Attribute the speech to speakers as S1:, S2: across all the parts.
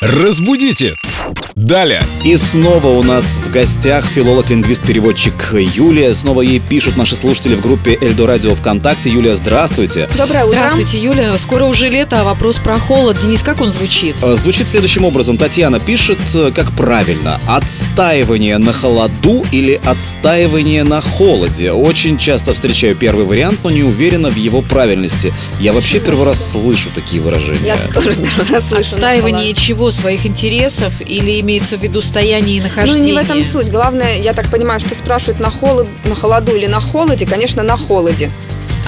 S1: Разбудите! Далее!
S2: И снова у нас в гостях филолог-лингвист-переводчик Юлия. Снова ей пишут наши слушатели в группе Эльдорадио ВКонтакте. Юлия, здравствуйте.
S3: Доброе утро.
S4: Здравствуйте, Юля. Скоро уже лето, а вопрос про холод. Денис, как он звучит?
S2: Э, Звучит следующим образом. Татьяна пишет, э, как правильно, отстаивание на холоду или отстаивание на холоде. Очень часто встречаю первый вариант, но не уверена в его правильности. Я вообще первый раз слышу такие выражения.
S3: Я тоже первый раз слышу.
S4: Отстаивание
S3: Николай.
S4: чего? Своих интересов? Или имеется в виду стояние и
S3: Ну,
S4: нахождение?
S3: не в этом суть. Главное, я так понимаю, что спрашивают на, холод, на холоду или на холоде. Конечно, на холоде.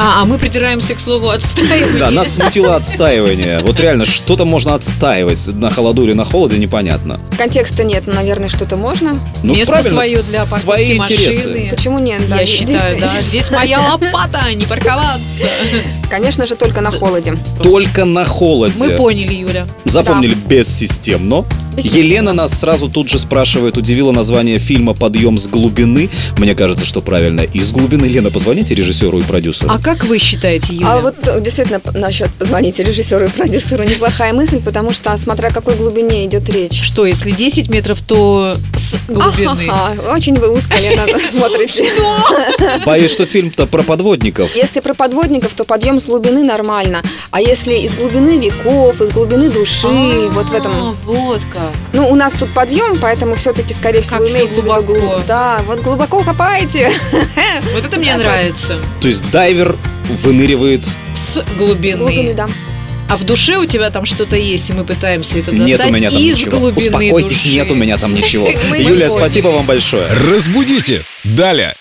S4: А, а мы придираемся к слову отстаивание.
S2: Да, нас смутило отстаивание. Вот реально, что там можно отстаивать на холоду или на холоде, непонятно.
S3: Контекста нет, но, наверное, что-то можно.
S2: Ну,
S4: Место
S2: правильно,
S4: свое для парковки
S2: свои
S4: машины.
S2: интересы.
S3: Почему нет? Да,
S4: Я считаю,
S3: действительно.
S4: да. Здесь моя лопата, а не парковаться.
S3: Конечно же, только на холоде.
S2: Только на холоде.
S4: Мы поняли, Юля.
S2: Запомнили бессистемно.
S3: Бессистемно.
S2: Елена нас сразу тут же спрашивает, удивила название фильма «Подъем с глубины». Мне кажется, что правильно. Из глубины, Лена, позвоните режиссеру и продюсеру.
S4: А как вы считаете, Юля?
S3: А вот э, действительно п- насчет позвоните режиссеру и продюсеру неплохая мысль, потому что смотря о какой глубине идет речь.
S4: Что, если 10 метров, то с глубины?
S3: Ахаха, очень вы узко, Лена, смотрите.
S2: Боюсь, что фильм-то про подводников.
S3: Если про подводников, то подъем с глубины нормально. А если из глубины веков, из глубины души,
S4: А,
S3: вот в этом.
S4: Вот как.
S3: Ну, у нас тут подъем, поэтому все-таки, скорее всего,
S4: Как всё
S3: имеется в виду
S4: глубоко.
S3: глуб- Да, вот глубоко копаете.
S4: Вот это мне
S3: Так вот.
S4: нравится.
S2: То есть дайвер выныривает.
S4: С
S3: С глубины,
S4: глубины.
S3: да.
S4: А в душе у тебя там что-то есть, и мы пытаемся это достать
S2: Нет у меня там
S4: из
S2: ничего.
S4: глубины
S2: Успокойтесь,
S4: души.
S2: нет у меня там ничего.
S3: Мы
S2: Юлия,
S3: поняли.
S2: спасибо вам большое.
S1: Разбудите! Далее!